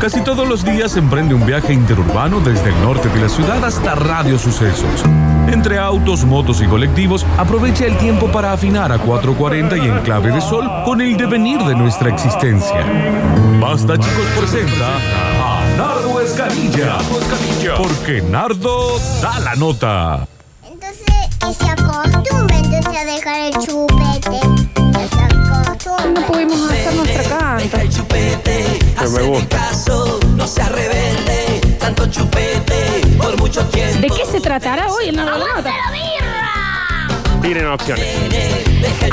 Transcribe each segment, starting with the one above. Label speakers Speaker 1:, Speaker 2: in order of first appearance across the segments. Speaker 1: Casi todos los días emprende un viaje interurbano desde el norte de la ciudad hasta Radio Sucesos. Entre autos, motos y colectivos, aprovecha el tiempo para afinar a 440 y Enclave de Sol con el devenir de nuestra existencia. Basta chicos presenta a Nardo Escanilla, porque Nardo da la nota.
Speaker 2: Entonces que se acostumbre entonces a dejar el chupete. Que se
Speaker 3: No
Speaker 2: acostumbre.
Speaker 3: pudimos hacer nuestra canta.
Speaker 4: Deja el chupete, hazme
Speaker 5: gusta.
Speaker 4: caso, no seas rebelde, tanto chupete, por mucho tiempo.
Speaker 3: ¿De qué se tratará hoy el Nardo de la Nota?
Speaker 5: Tienen opciones.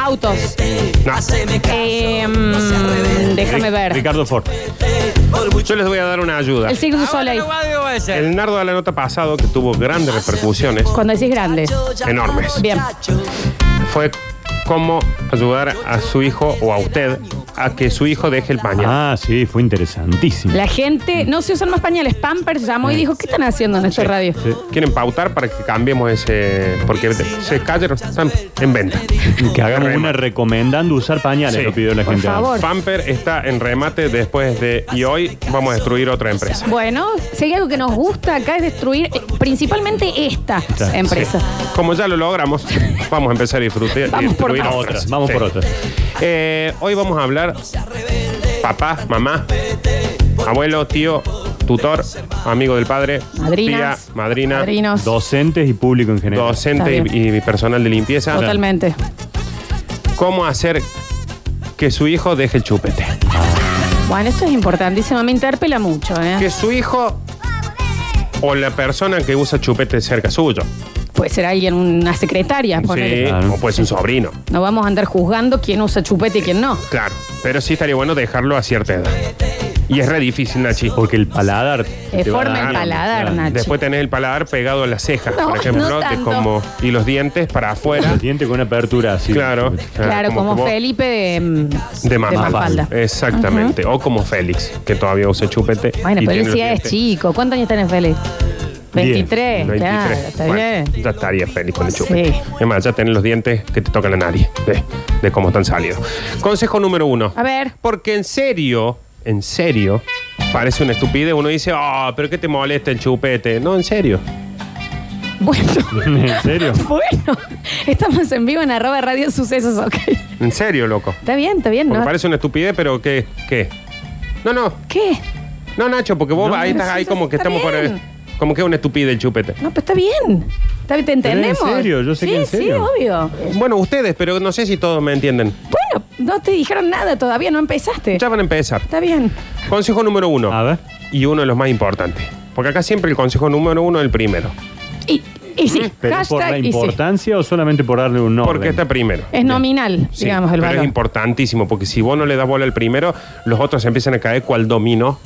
Speaker 3: Autos.
Speaker 5: No.
Speaker 4: Haceme caso,
Speaker 3: Em, déjame ver.
Speaker 5: Ricardo Ford. Yo les voy a dar una ayuda.
Speaker 3: El Cirque du Soleil.
Speaker 5: El nardo de la nota pasado, que tuvo grandes repercusiones,
Speaker 3: Cuando decís grande.
Speaker 5: enormes,
Speaker 3: Bien.
Speaker 5: fue cómo ayudar a su hijo o a usted a que su hijo deje el pañal.
Speaker 6: Ah, sí, fue interesantísimo.
Speaker 3: La gente no se usan más pañales. Pampers llamó y dijo, ¿qué están haciendo en esta radio?
Speaker 5: Sí. Quieren pautar para que cambiemos ese. Porque se cayeron, están en venta.
Speaker 6: Que hagamos
Speaker 5: Remate.
Speaker 6: una recomendando usar pañales,
Speaker 5: Sí.
Speaker 6: lo pidió la
Speaker 3: Por
Speaker 6: gente.
Speaker 3: favor.
Speaker 5: Pamper está en remate después de. Y hoy vamos a destruir otra empresa.
Speaker 3: Bueno, si hay algo que nos gusta acá es destruir eh, principalmente esta empresa.
Speaker 5: Como ya lo logramos, vamos a empezar a disfrutar.
Speaker 3: Vamos por
Speaker 5: destruir
Speaker 3: más.
Speaker 5: otras.
Speaker 6: Vamos por otras.
Speaker 5: Eh, hoy vamos a hablar papá, mamá, abuelo, tío, tutor, amigo del padre,
Speaker 3: Madrinas.
Speaker 5: tía, madrina,
Speaker 3: Padrinos.
Speaker 6: Docentes y público en general.
Speaker 5: docente
Speaker 3: Está
Speaker 5: y, y personal de limpieza.
Speaker 3: Totalmente.
Speaker 5: ¿Cómo hacer que su hijo deje el chupete?
Speaker 3: Ah. Bueno, esto es importantísimo. Me interpela mucho, ¿eh?
Speaker 5: Que su hijo o la persona que usa chupete cerca suyo.
Speaker 3: Puede ser alguien, una secretaria,
Speaker 5: Sí,
Speaker 3: ponele.
Speaker 6: Claro.
Speaker 5: o pues un sobrino.
Speaker 3: No vamos a andar juzgando quién usa chupete y quién no.
Speaker 5: Claro, pero sí estaría bueno dejarlo a cierta edad. Y es re difícil, Nachi.
Speaker 6: Porque el paladar.
Speaker 3: Es
Speaker 6: te va
Speaker 3: forma el
Speaker 6: dañando.
Speaker 3: paladar,
Speaker 6: Claro.
Speaker 3: Nacho.
Speaker 5: Después tenés el paladar pegado a las cejas,
Speaker 3: No,
Speaker 5: por ejemplo,
Speaker 3: no
Speaker 5: que
Speaker 3: tanto.
Speaker 5: como y los dientes para afuera.
Speaker 6: El diente con una apertura así.
Speaker 5: Claro,
Speaker 3: Claro, como,
Speaker 5: que vos-
Speaker 3: Felipe de, mm,
Speaker 5: De mamá.
Speaker 3: Mafalda.
Speaker 5: Exactamente. O como Félix, que todavía usa chupete.
Speaker 3: Bueno,
Speaker 5: y
Speaker 3: pero él
Speaker 5: tiene
Speaker 3: sí
Speaker 5: los
Speaker 3: es
Speaker 5: dientes.
Speaker 3: chico. ¿Cuántos años tenés, Félix? 23, claro,
Speaker 5: 23.
Speaker 3: está
Speaker 5: Bueno,
Speaker 3: bien.
Speaker 5: Ya estaría Félix con el chupete.
Speaker 3: Sí.
Speaker 5: Es más, ya tenés los dientes que te tocan la nariz de, de cómo están salidos. Consejo número uno.
Speaker 3: A ver.
Speaker 5: Porque en serio, en serio, parece una estupidez. Uno dice, ah, pero ¿qué te molesta el chupete? No, en serio.
Speaker 3: Bueno,
Speaker 6: ¿En serio?
Speaker 3: bueno. Estamos en vivo en arroba radio sucesos, ok.
Speaker 5: En serio, loco.
Speaker 3: Está bien, está bien,
Speaker 5: Porque
Speaker 3: ¿no?
Speaker 5: parece una estupidez, pero ¿qué? ¿Qué? No, no,
Speaker 3: ¿Qué?
Speaker 5: No, Nacho, porque vos
Speaker 6: No,
Speaker 5: ahí
Speaker 3: pero
Speaker 5: estás
Speaker 3: sí,
Speaker 5: ahí como que
Speaker 3: está
Speaker 5: estamos
Speaker 3: bien.
Speaker 5: por el- como que es una estupidez el chupete.
Speaker 3: No, pero está bien. Está bien, ¿Te
Speaker 6: Pero en
Speaker 3: entendemos?
Speaker 6: serio, yo sé
Speaker 3: sí,
Speaker 6: que en serio.
Speaker 3: Sí, obvio.
Speaker 5: Bueno, ustedes, pero no sé si todos me entienden.
Speaker 3: Bueno, no te dijeron nada todavía, no empezaste.
Speaker 5: Ya van a empezar.
Speaker 3: Está bien.
Speaker 5: Consejo número uno.
Speaker 6: A ver.
Speaker 5: Y uno de los más importantes. Porque acá siempre el consejo número uno es el primero.
Speaker 3: Y, y sí,
Speaker 6: ¿Pero por la
Speaker 3: hashtag y sí.
Speaker 6: importancia o solamente por darle un nombre?
Speaker 5: Porque está primero.
Speaker 3: Es nominal,
Speaker 5: Sí,
Speaker 3: digamos, el
Speaker 5: pero es
Speaker 3: valor.
Speaker 5: importantísimo, porque si vos no le das bola al primero, los otros empiezan a caer cual dominó.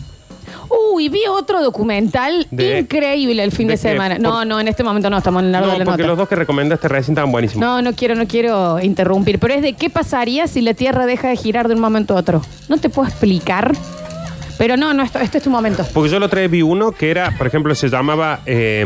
Speaker 3: Uy, vi otro documental
Speaker 5: De-
Speaker 3: increíble el fin de,
Speaker 5: de que-
Speaker 3: semana.
Speaker 5: por-
Speaker 3: No, no, en este momento no, estamos en el
Speaker 5: No,
Speaker 3: largo de la
Speaker 5: porque
Speaker 3: nota.
Speaker 5: los dos que recomendaste recién estaban buenísimos.
Speaker 3: No, no quiero, no quiero interrumpir, pero es de qué pasaría si la Tierra deja de girar de un momento a otro. No te puedo explicar, pero no, no, esto, este es tu momento.
Speaker 5: Porque yo lo trae vi uno que era, por ejemplo, se llamaba eh,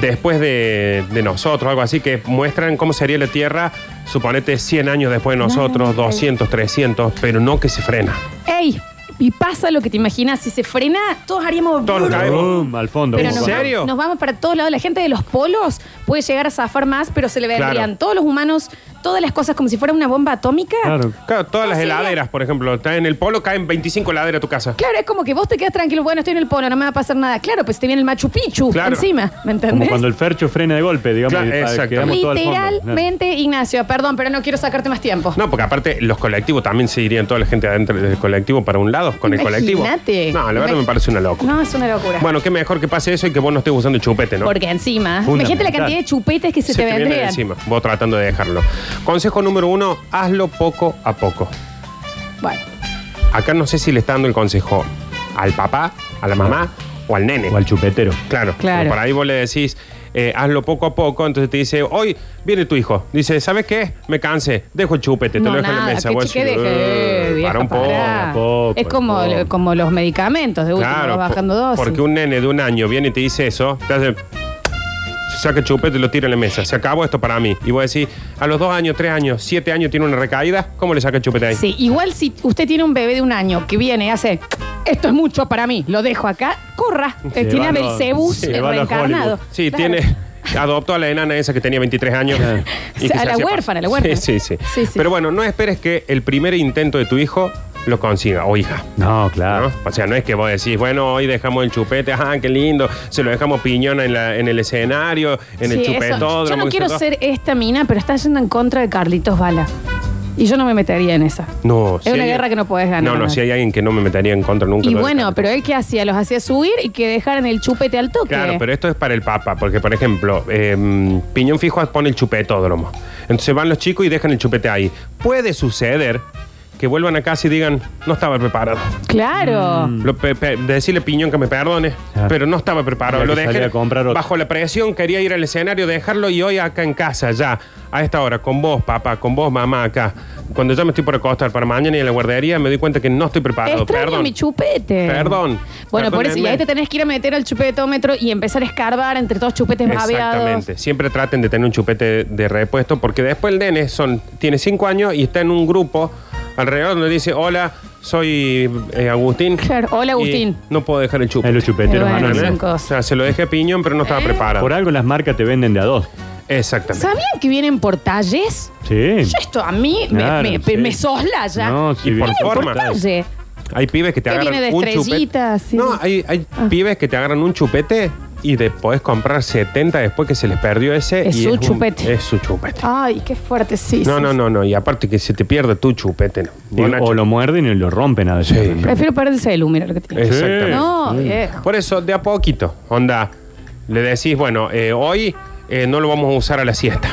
Speaker 5: Después de, de nosotros, algo así, que muestran cómo sería la Tierra, suponete 100 años después de nosotros, 200, 300, pero no que se frena.
Speaker 3: ¡Ey! Y pasa lo que te imaginas, si se frena, todos haríamos...
Speaker 5: Todos nos caemos.
Speaker 6: Boom, al fondo.
Speaker 3: Pero
Speaker 5: ¿En
Speaker 6: como
Speaker 3: nos,
Speaker 6: cuando-
Speaker 5: serio?
Speaker 3: Vamos, nos vamos para todos lados. La gente de los polos puede llegar a zafar más, pero se le vendrían
Speaker 5: Claro.
Speaker 3: todos los humanos, todas las cosas como si fuera una bomba atómica.
Speaker 6: Claro.
Speaker 5: Claro, todas las
Speaker 3: Ah, sí.
Speaker 5: heladeras, por ejemplo, está en el polo, caen 25 heladeras a tu casa.
Speaker 3: Claro, es como que vos te quedas tranquilo, bueno, estoy en el polo, no me va a pasar nada. Claro, pues te viene el Machu Picchu
Speaker 5: Claro.
Speaker 3: encima, ¿me
Speaker 6: Como
Speaker 3: entendés?
Speaker 6: cuando el fercho frena de golpe, digamos.
Speaker 5: Claro,
Speaker 6: y, ah,
Speaker 5: exacto.
Speaker 6: quedamos todo al fondo.
Speaker 3: Literalmente, Ignacio, perdón, pero no quiero sacarte más tiempo.
Speaker 5: No, porque aparte los colectivos también se irían toda la gente adentro del colectivo para un lado, con el colectivo.
Speaker 3: Imagínate.
Speaker 5: No, la verdad
Speaker 3: Imag-
Speaker 5: me parece una locura.
Speaker 3: No, es una locura.
Speaker 5: Bueno, qué mejor que pase eso y que vos no estés usando el chupete, ¿no?
Speaker 3: Porque encima,
Speaker 6: Fundamental.
Speaker 3: imagínate la cantidad de chupetes que se, te
Speaker 5: viene
Speaker 3: vendrían.
Speaker 5: encima, vos tratando de dejarlo. Consejo número uno, hazlo poco a poco.
Speaker 3: Bueno,
Speaker 5: Acá no sé si le está dando el consejo al papá, a la mamá o al nene.
Speaker 6: O al chupetero.
Speaker 5: Claro,
Speaker 3: Claro.
Speaker 5: pero por ahí vos le decís, eh, hazlo poco a poco, entonces te dice, hoy viene tu hijo. Dice, ¿sabes qué? Me canse, dejo el chupete, te
Speaker 3: no
Speaker 5: lo dejo en
Speaker 3: nada,
Speaker 5: la mesa.
Speaker 3: que
Speaker 5: Vos
Speaker 3: chique
Speaker 5: decís,
Speaker 3: deje,
Speaker 5: "Eh,
Speaker 3: vieja,
Speaker 5: para un poco.
Speaker 3: pará.
Speaker 6: poco,
Speaker 3: Es como,
Speaker 6: poco.
Speaker 3: lo- como los medicamentos, de último vas
Speaker 5: Claro,
Speaker 3: bajando
Speaker 5: po-
Speaker 3: dosis.
Speaker 5: porque un nene de un año viene y te dice eso, te hace... saca el chupete y lo tira en la mesa. Se acabó esto para mí. Y voy a decir, a los dos años, tres años, siete años tiene una recaída, ¿cómo le saca el chupete ahí?
Speaker 3: Sí, igual si usted tiene un bebé de un año que viene y hace, esto es mucho para mí, lo dejo acá, corra. Eh, tiene a
Speaker 6: Llévalo-
Speaker 3: Belcebus eh,
Speaker 6: llévalo a
Speaker 3: reencarnado.
Speaker 6: Hollywood.
Speaker 5: Sí,
Speaker 3: Claro.
Speaker 5: tiene. Adoptó a la enana esa que tenía 23 años.
Speaker 3: O sea,
Speaker 5: que
Speaker 3: a
Speaker 5: se
Speaker 3: la
Speaker 5: hacía
Speaker 3: huérfana,
Speaker 5: pasar.
Speaker 3: a la huérfana.
Speaker 5: Sí, sí, sí,
Speaker 3: Sí, sí.
Speaker 5: Pero bueno, no esperes que el primer intento de tu hijo lo consiga o hija.
Speaker 6: No, claro.
Speaker 5: ¿no? O sea, no es que vos decís, bueno, hoy dejamos el chupete, ajá, qué lindo, se lo dejamos piñón en, la- en el escenario, en el
Speaker 3: Sí, eso.
Speaker 5: chupetódromo.
Speaker 3: Yo no
Speaker 5: qué sé
Speaker 3: quiero
Speaker 5: yo.
Speaker 3: ser esta mina, pero está yendo en contra de Carlitos Bala. Y yo no me metería en esa.
Speaker 5: No,
Speaker 3: Es una
Speaker 5: hay-
Speaker 3: guerra que no podés ganar,
Speaker 5: No, no,
Speaker 3: ¿no?
Speaker 5: si hay alguien que no me metería en contra nunca.
Speaker 3: Y
Speaker 5: lo
Speaker 3: bueno,
Speaker 5: dejaría.
Speaker 3: pero él que hacía, los hacía subir y que dejaran el chupete al toque.
Speaker 5: Claro, pero esto es para el Papa, porque por ejemplo, eh, Piñón Fijo pone el chupetódromo. Entonces van los chicos y dejan el chupete ahí. Puede suceder que vuelvan a casa y digan, no estaba preparado.
Speaker 3: Claro.
Speaker 5: Lo pe- pe- decirle a Piñón que me perdone,
Speaker 6: Mm. Claro.
Speaker 5: pero no estaba preparado.
Speaker 6: Tenía
Speaker 5: Lo
Speaker 6: que
Speaker 5: dejé
Speaker 6: salir a comprar otro.
Speaker 5: bajo la presión, quería ir al escenario, dejarlo y hoy acá en casa, ya, a esta hora, con vos, papá, con vos, mamá, acá. Cuando yo me estoy por acostar para mañana y en la guardería, me doy cuenta que Ah, no estoy preparado.
Speaker 3: Extraño
Speaker 5: Perdón.
Speaker 3: mi chupete.
Speaker 5: Perdón.
Speaker 3: Bueno, por eso, y
Speaker 5: Perdónenme.
Speaker 3: ahí te tenés que ir a meter al chupetómetro y empezar a escarbar entre todos chupetes babeados.
Speaker 5: Exactamente. Siempre traten de tener un chupete de repuesto porque después el nene son, tiene cinco años y está en un grupo alrededor donde dice, hola, soy eh, Agustín.
Speaker 3: Claro, hola,
Speaker 5: y
Speaker 3: Agustín.
Speaker 5: no puedo dejar el
Speaker 6: Ahí
Speaker 5: chupete.
Speaker 6: Eh, los chupeteros
Speaker 3: Bueno,
Speaker 5: ¿Entendés?
Speaker 6: anónimos.
Speaker 3: son
Speaker 5: O
Speaker 3: cosas. ¿Eh?
Speaker 5: sea, se lo dejé a piñón, pero no estaba preparado.
Speaker 6: Por algo las marcas te venden de a dos.
Speaker 5: Exactamente.
Speaker 3: ¿Sabían que vienen por talles?
Speaker 6: Sí.
Speaker 3: Yo esto a mí me-
Speaker 6: Claro,
Speaker 3: me,
Speaker 6: sí.
Speaker 3: me soslaya.
Speaker 6: No, sí,
Speaker 5: Y por
Speaker 6: bien.
Speaker 5: forma.
Speaker 3: Talle.
Speaker 5: Hay pibes que te
Speaker 3: Que
Speaker 5: agarran
Speaker 3: viene de
Speaker 5: un
Speaker 3: estrellita,
Speaker 5: chupete.
Speaker 3: sí. Ah.
Speaker 5: No, hay, hay pibes que te agarran un chupete y te podés comprar 70 después que se les perdió ese.
Speaker 3: Es
Speaker 5: y
Speaker 3: su
Speaker 5: un-
Speaker 3: chupete.
Speaker 5: es su chupete.
Speaker 3: Ay, qué fuerte, sí.
Speaker 5: No,
Speaker 3: sí,
Speaker 5: no, no, no. Y aparte que se te pierda tu chupete.
Speaker 6: Y-
Speaker 5: Vos, Nacho,
Speaker 6: o lo muerden y lo rompen a veces.
Speaker 5: Sí.
Speaker 6: también.
Speaker 3: Prefiero perder el celu, mira lo que tiene.
Speaker 5: Exactamente.
Speaker 3: No, viejo.
Speaker 5: Por eso, de a poquito, onda, le decís, bueno, eh, hoy eh, no lo vamos a usar a la siesta.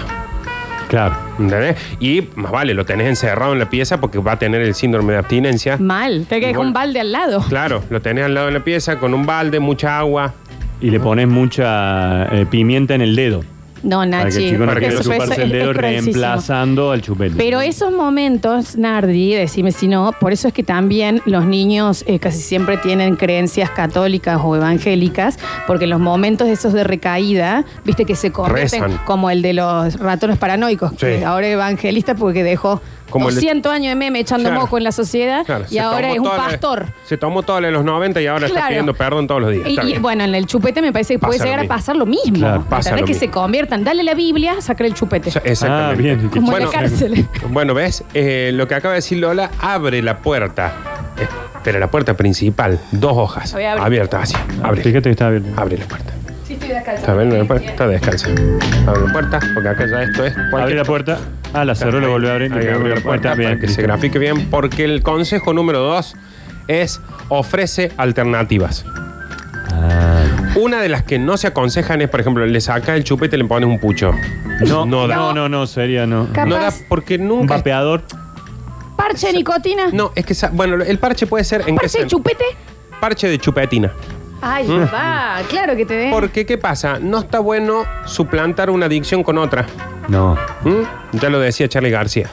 Speaker 6: Claro.
Speaker 5: ¿Entendés? Y más vale, lo tenés encerrado en la pieza porque va a tener el síndrome de abstinencia.
Speaker 3: Mal. Te dejar un
Speaker 5: Igual.
Speaker 3: balde al lado.
Speaker 5: Claro, lo tenés al lado de la pieza con un balde, mucha agua.
Speaker 6: Y le pones mucha eh, pimienta en el dedo.
Speaker 3: No,
Speaker 6: para que
Speaker 3: Nachi.
Speaker 6: el chico no
Speaker 5: Para que
Speaker 6: quiera
Speaker 5: eso-
Speaker 6: chuparse
Speaker 3: es-
Speaker 6: el dedo
Speaker 3: es cruelísimo.
Speaker 6: reemplazando al chupete.
Speaker 3: Pero esos momentos, Nardi, decime si no, por eso es que también los niños eh, casi siempre tienen creencias católicas o evangélicas, porque en los momentos esos de recaída, viste que se convierten
Speaker 5: Rezan.
Speaker 3: como el de los ratones paranoicos, que ahora es evangelista porque dejó
Speaker 5: Como el de-
Speaker 3: 200 años de meme echando
Speaker 5: Claro.
Speaker 3: moco en la sociedad
Speaker 5: Claro,
Speaker 3: y
Speaker 5: se
Speaker 3: ahora
Speaker 5: tomó
Speaker 3: es un
Speaker 5: toda la-
Speaker 3: pastor.
Speaker 5: se tomó todo de los 90 y ahora está
Speaker 3: Claro.
Speaker 5: pidiendo perdón todos los días.
Speaker 3: Y-
Speaker 5: Está
Speaker 3: Y,
Speaker 5: bien.
Speaker 3: bueno, en el chupete me parece que
Speaker 5: Pasa
Speaker 3: puede
Speaker 5: lo
Speaker 3: llegar a
Speaker 5: mismo.
Speaker 3: pasar lo mismo.
Speaker 6: Claro,
Speaker 5: pasa
Speaker 3: ¿Entendés?
Speaker 5: lo
Speaker 3: que
Speaker 5: mismo.
Speaker 3: se conviertan, dale la Biblia, saca el chupete.
Speaker 5: Sa- Exactamente.
Speaker 6: Ah, bien.
Speaker 5: Bueno,
Speaker 6: Como
Speaker 3: en la cárcel.
Speaker 5: Bueno, ves, Eh, lo que acaba de decir Lola abre la puerta, eh, pero la puerta principal, dos hojas
Speaker 3: Voy a abrir.
Speaker 5: abiertas así. Abre,
Speaker 6: Fíjate que está abierto.
Speaker 5: abre la puerta. Está bien, la puerta, está descalza. Abre la puerta, porque acá ya esto es. cualquier-
Speaker 6: Abre la puerta. Ah, la cerró, la volvió a abrir.
Speaker 5: Ahí abre la puerta
Speaker 6: Bien,
Speaker 5: para que se
Speaker 6: listo.
Speaker 5: grafique bien, porque el consejo número dos es ofrece alternativas.
Speaker 6: Ah.
Speaker 5: Una de las que no se aconsejan es, por ejemplo, le sacas el chupete y le pones un pucho.
Speaker 6: No, no,
Speaker 5: da.
Speaker 6: no, no, sería no.
Speaker 3: Cap-
Speaker 5: No da
Speaker 3: Capaz.
Speaker 5: porque
Speaker 6: Un
Speaker 5: nunca.
Speaker 6: vapeador.
Speaker 3: Parche de nicotina.
Speaker 5: No, es que, sa- bueno, el parche puede ser en qué
Speaker 3: Parche de
Speaker 5: sen-
Speaker 3: chupete.
Speaker 5: Parche de chupetina.
Speaker 3: Ay,
Speaker 5: Mm.
Speaker 3: va, claro que te den.
Speaker 5: Porque, ¿qué pasa? No está bueno suplantar una adicción con otra.
Speaker 6: No.
Speaker 5: ¿Mm? Ya lo decía Charlie García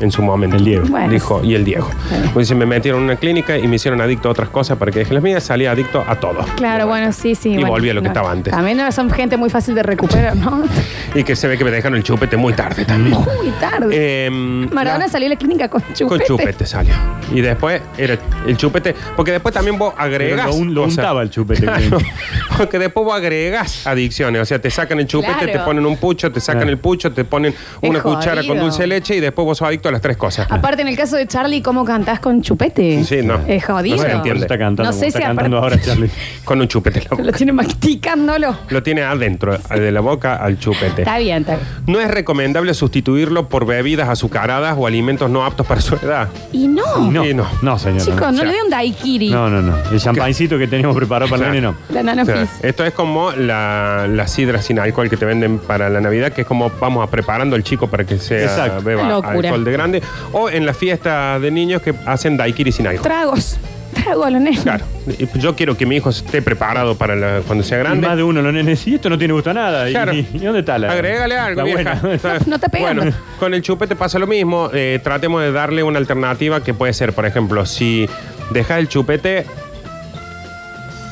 Speaker 5: en su momento.
Speaker 6: El Diego.
Speaker 3: Bueno.
Speaker 5: Dijo, y el Diego. Pues dice, me metieron en una clínica y me hicieron adicto a otras cosas para que deje las mías. Salí adicto a todo.
Speaker 3: Claro, bueno, sí, sí.
Speaker 5: Y
Speaker 3: bueno,
Speaker 5: volví a lo que
Speaker 3: no.
Speaker 5: estaba antes.
Speaker 3: También no son gente muy fácil de recuperar, ¿no?
Speaker 5: Y que se ve que me dejaron el chupete muy tarde también.
Speaker 3: Muy tarde.
Speaker 5: Eh,
Speaker 3: Maradona
Speaker 5: la-
Speaker 3: salió de la clínica con chupete.
Speaker 5: Con chupete salió. Y después era el chupete. Porque después también vos
Speaker 6: Pero
Speaker 5: agregas.
Speaker 6: Lo, un- lo
Speaker 5: cosas.
Speaker 6: untaba el chupete.
Speaker 5: Claro, porque después vos agregas adicciones. O sea, te sacan el chupete,
Speaker 3: Claro.
Speaker 5: te ponen un pucho, te sacan
Speaker 6: Claro.
Speaker 5: el pucho, te ponen una cuchara
Speaker 3: jodido.
Speaker 5: con dulce de leche y después vos sos adicto a las tres cosas.
Speaker 3: Aparte, en el caso de Charlie, ¿cómo cantás con chupete?
Speaker 5: Sí, no.
Speaker 3: Es jodido.
Speaker 5: No se
Speaker 6: Por eso
Speaker 5: entiende.
Speaker 6: está cantando.
Speaker 3: No sé
Speaker 6: como está
Speaker 3: si
Speaker 6: cantando
Speaker 3: aparte-
Speaker 6: ahora, Charlie.
Speaker 5: Con un chupete. Lo,
Speaker 3: Lo tiene masticándolo.
Speaker 5: lo tiene adentro, de la boca al chupete.
Speaker 3: Está bien, está bien.
Speaker 5: No es recomendable sustituirlo por bebidas azucaradas o alimentos no aptos para su edad.
Speaker 3: Y no.
Speaker 6: No,
Speaker 5: Y no.
Speaker 6: no, señor.
Speaker 3: Chicos, no
Speaker 5: O sea,
Speaker 3: le dé un daiquiri.
Speaker 6: No, no, no. El champancito que teníamos preparado para el nene, no.
Speaker 3: La nana
Speaker 5: O sea, eh.
Speaker 3: fizz.
Speaker 5: esto es como la, la sidra sin alcohol que te venden para la Navidad, que es como vamos a preparando al chico para que sea
Speaker 6: Exacto.
Speaker 5: beba
Speaker 3: Locura.
Speaker 5: alcohol de grande. O en la fiesta de niños que hacen daiquiri sin alcohol.
Speaker 3: Tragos. Tragos a los nenes.
Speaker 5: Claro, Y yo quiero que mi hijo esté preparado para la- cuando sea
Speaker 6: Y más
Speaker 5: grande.
Speaker 6: de uno, los nenes. Y esto no tiene gusto a nada. ¿Y-
Speaker 5: Claro.
Speaker 6: ¿Y, y dónde está la?
Speaker 5: Agrégale algo,
Speaker 6: la
Speaker 5: vieja.
Speaker 6: buena?
Speaker 5: ¿Sabes?
Speaker 3: No está pegando.
Speaker 5: Bueno, con el chupete pasa lo mismo. Eh, tratemos de darle una alternativa que puede ser, por ejemplo, si dejas el chupete,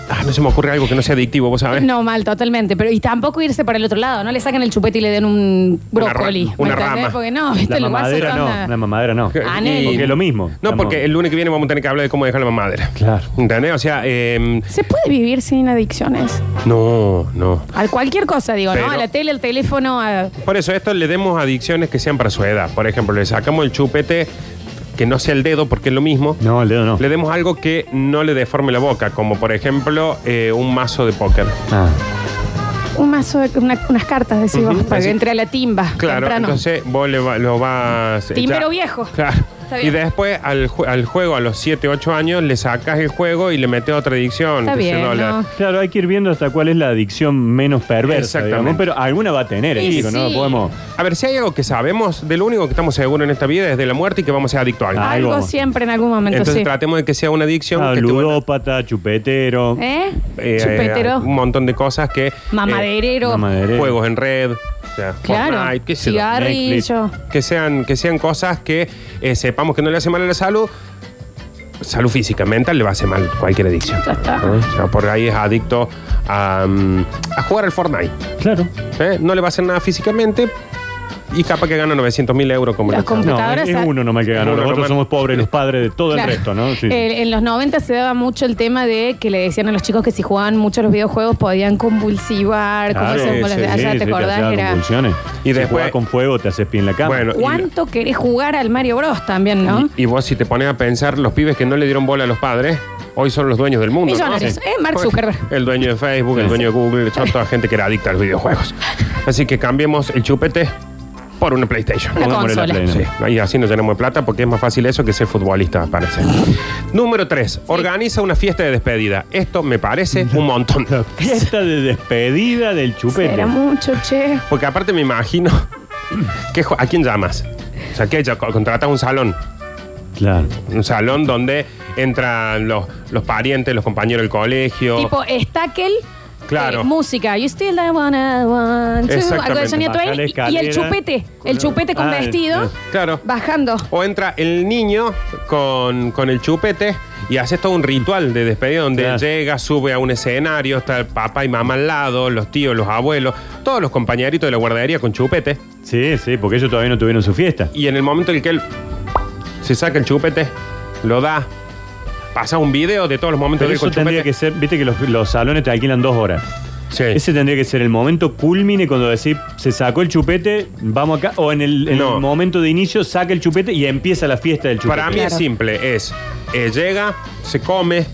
Speaker 5: Ah, no se me ocurre algo que no sea adictivo, vos sabés.
Speaker 3: No, mal, totalmente. Pero, y tampoco irse para el otro lado, no le sacan el chupete y le den un
Speaker 5: Una ra-
Speaker 3: brócoli. ¿me
Speaker 5: una
Speaker 3: entendés?
Speaker 5: rama.
Speaker 3: Porque no, viste,
Speaker 6: La
Speaker 3: el guaso
Speaker 6: mamadera
Speaker 3: que anda-
Speaker 6: no, la mamadera no.
Speaker 5: Que-
Speaker 3: Anel.
Speaker 5: y-
Speaker 6: Porque es lo mismo.
Speaker 5: No,
Speaker 6: Estamos-
Speaker 5: porque el lunes que viene vamos a tener que hablar de cómo dejar la mamadera.
Speaker 6: Claro.
Speaker 5: ¿Entendés? O sea, eh,
Speaker 3: ¿Se puede vivir sin adicciones?
Speaker 5: no, no.
Speaker 3: A cualquier cosa, digo, ¿no?
Speaker 5: Pero-
Speaker 3: A la tele, al teléfono, a...
Speaker 5: Por eso, esto le demos adicciones que sean para su edad. Por ejemplo, le sacamos el chupete, que no sea el dedo, porque es lo mismo.
Speaker 6: No, el dedo no.
Speaker 5: Le demos algo que no le deforme la boca, como por ejemplo eh, un mazo de póker.
Speaker 6: Ah,
Speaker 3: un mazo, de, una- unas cartas, decimos,
Speaker 5: Ujú,
Speaker 3: para
Speaker 5: así.
Speaker 3: que entre a la timba.
Speaker 5: Claro,
Speaker 3: temprano.
Speaker 5: entonces vos le va- lo vas. eh,
Speaker 3: Timbero
Speaker 5: ya-
Speaker 3: viejo.
Speaker 5: Claro.
Speaker 3: Está
Speaker 5: Y
Speaker 3: bien.
Speaker 5: después al, ju- al juego, a los 7, 8 años, le sacas el juego y le metes otra adicción.
Speaker 3: Está
Speaker 5: que se
Speaker 3: bien,
Speaker 5: dola.
Speaker 3: ¿no?
Speaker 6: Claro, hay que ir viendo hasta cuál es la adicción menos perversa,
Speaker 5: Exactamente.
Speaker 6: digamos, pero alguna va a tener,
Speaker 3: Sí,
Speaker 6: el chico, ¿no?
Speaker 3: sí.
Speaker 6: Podemos...
Speaker 5: A ver, si hay algo que sabemos, de lo único que estamos seguros en esta vida es de la muerte y que vamos a ser adictos a algo.
Speaker 6: Ah, ahí
Speaker 3: Algo
Speaker 6: vamos.
Speaker 3: siempre en algún momento,
Speaker 5: Entonces
Speaker 3: sí.
Speaker 5: tratemos de que sea una adicción.
Speaker 6: Ah,
Speaker 5: que te vuelva-
Speaker 6: ludópata, chupetero,
Speaker 3: ¿Eh?
Speaker 5: eh,
Speaker 3: Chupetero,
Speaker 5: un montón de cosas que. eh,
Speaker 3: mamaderero,
Speaker 6: mamadera.
Speaker 5: juegos en red. o sea,
Speaker 3: claro, ah,
Speaker 5: Fortnite, qué sé yo.
Speaker 3: cigarrillo.
Speaker 5: que sean, que sean cosas que eh, sepamos que no le hace mal a la salud. Salud física, mental, le va a hacer mal cualquier adicción.
Speaker 3: Ya está.
Speaker 5: ¿Eh? O sea, por ahí es adicto a, mm, a jugar al Fortnite.
Speaker 6: Claro.
Speaker 5: ¿eh? No le va a hacer nada físicamente y capaz que gana 900 mil euros como
Speaker 3: Las
Speaker 5: le-
Speaker 3: com-
Speaker 6: No,
Speaker 3: Computadoras
Speaker 6: es, es
Speaker 3: a-
Speaker 6: uno nomás que ganó.
Speaker 5: Uno
Speaker 6: Nosotros
Speaker 5: nomás.
Speaker 6: somos pobres, los padres de todo
Speaker 3: Claro.
Speaker 6: el resto, ¿no? Sí.
Speaker 3: Eh, en los 90 se daba mucho el tema de que le decían a los chicos que si jugaban mucho a los videojuegos podían convulsivar, como
Speaker 6: Claro,
Speaker 3: eso, como las
Speaker 5: sí,
Speaker 3: de allá, ¿te acordás?
Speaker 6: hacía
Speaker 3: Era-
Speaker 6: convulsiones.
Speaker 5: Y
Speaker 6: Y
Speaker 5: después-
Speaker 6: después con fuego te haces pie en la cama.
Speaker 5: Bueno,
Speaker 3: ¿Cuánto querés jugar al Mario Bros también, no?
Speaker 5: Y, y vos si te pones a pensar, los pibes que no le dieron bola a los padres, hoy son los dueños del mundo. ¿no?
Speaker 3: Millonarios,
Speaker 5: Sí.
Speaker 3: ¿eh? Mark Zuckerberg.
Speaker 5: El dueño de Facebook, el
Speaker 6: Sí.
Speaker 5: dueño de Google, son toda gente que era adicta a los videojuegos. Así que cambiemos el chupete por una PlayStation.
Speaker 3: Una
Speaker 6: Pongámosle la
Speaker 3: consola.
Speaker 6: play, ¿no?
Speaker 5: Sí, y así nos llenamos de plata porque es más fácil eso que ser futbolista, parece. Número 3. Organiza una fiesta de despedida. Esto me parece un montón.
Speaker 6: La fiesta de despedida del chupete.
Speaker 3: Era mucho, che.
Speaker 5: Porque aparte me imagino que, jo- ¿a quién llamas? O sea, que ya co- contratas un salón.
Speaker 6: Claro.
Speaker 5: Un salón donde entran los, los parientes, los compañeros del colegio.
Speaker 3: Tipo, estaquel.
Speaker 5: Claro.
Speaker 3: eh, música, you still the one I want to, algo de
Speaker 5: Exactamente.
Speaker 3: Sonia Twain,
Speaker 6: Bajar la
Speaker 3: y, y el
Speaker 6: escalera.
Speaker 3: chupete, el chupete con
Speaker 6: Ah,
Speaker 3: vestido,
Speaker 6: sí.
Speaker 5: Claro.
Speaker 3: bajando.
Speaker 5: O entra el niño con, con el chupete y hace todo un ritual de despedida donde
Speaker 6: Claro.
Speaker 5: llega, sube a un escenario, está el papá y mamá al lado, los tíos, los abuelos, todos los compañeritos de la guardería con chupete.
Speaker 6: Sí, sí, porque ellos todavía no tuvieron su fiesta.
Speaker 5: Y en el momento en que él se saca el chupete, lo da, pasa un video de todos los momentos
Speaker 6: Pero
Speaker 5: de él
Speaker 6: eso
Speaker 5: con
Speaker 6: tendría
Speaker 5: chupete.
Speaker 6: que ser, viste que los, los salones te alquilan dos horas.
Speaker 5: Sí.
Speaker 6: Ese tendría que ser el momento culmine cuando decís, se sacó el chupete, vamos acá, o en el, en
Speaker 5: No.
Speaker 6: el momento de inicio saca el chupete y empieza la fiesta del chupete.
Speaker 5: Para mí es
Speaker 3: Claro.
Speaker 5: simple, es eh, llega, se come,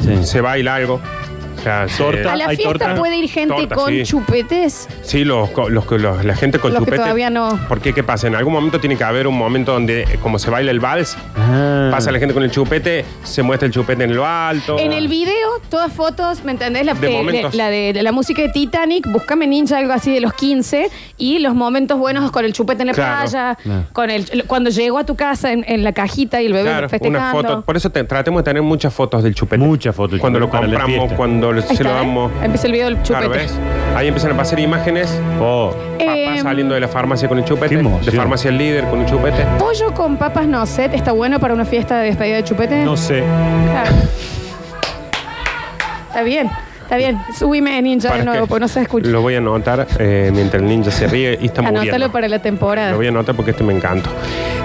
Speaker 6: Sí.
Speaker 5: se baila algo. O sea, se-
Speaker 6: Torta.
Speaker 3: A la
Speaker 6: ¿Hay
Speaker 3: fiesta
Speaker 6: torta?
Speaker 3: puede ir gente
Speaker 5: Torta,
Speaker 3: con
Speaker 5: sí.
Speaker 3: chupetes.
Speaker 5: Sí, los, co- los, que- los- la gente con
Speaker 3: Los que
Speaker 5: chupete.
Speaker 3: todavía no.
Speaker 5: ¿Por qué? ¿Qué pasa? En algún momento tiene que haber un momento donde, eh, como se baila el vals,
Speaker 6: Ah.
Speaker 5: pasa la gente con el chupete, se muestra el chupete en lo alto.
Speaker 3: En el video, todas fotos, ¿me entendés? La
Speaker 5: Ah. De
Speaker 3: eh,
Speaker 5: momentos.
Speaker 3: la de la música de Titanic, Búscame Ninja, algo así de los 15, y los momentos buenos con el chupete en la
Speaker 5: Claro.
Speaker 3: playa,
Speaker 6: Claro.
Speaker 3: con el cuando llegó a tu casa en, en la cajita y el bebé
Speaker 5: Claro, una
Speaker 3: festejando.
Speaker 5: foto. Por eso te- tratemos de tener muchas fotos del chupete.
Speaker 6: Muchas fotos del
Speaker 5: Cuando lo
Speaker 6: chupete para la
Speaker 5: compramos,
Speaker 6: fiesta.
Speaker 5: cuando lo-
Speaker 3: Ahí
Speaker 5: se lo
Speaker 3: está, ¿eh?
Speaker 5: damos.
Speaker 3: Empieza el video del chupete.
Speaker 5: Claro, ¿ves? Ahí empiezan a pasar imágenes.
Speaker 6: Oh,
Speaker 5: Papá
Speaker 3: Em,
Speaker 5: saliendo de la farmacia con el chupete.
Speaker 6: qué emoción.
Speaker 5: De farmacia el líder con el chupete.
Speaker 3: Pollo con papas no set, ¿está bueno para una fiesta de despedida de chupete?
Speaker 6: no sé.
Speaker 3: Claro. Está bien, está bien. Subime ninja
Speaker 5: Para
Speaker 3: de nuevo,
Speaker 5: que-
Speaker 3: porque no se escucha.
Speaker 5: Lo voy a anotar eh, mientras el ninja se ríe y está
Speaker 3: Anótalo
Speaker 5: muriendo.
Speaker 3: para la temporada.
Speaker 5: Lo voy a anotar porque este me encanta.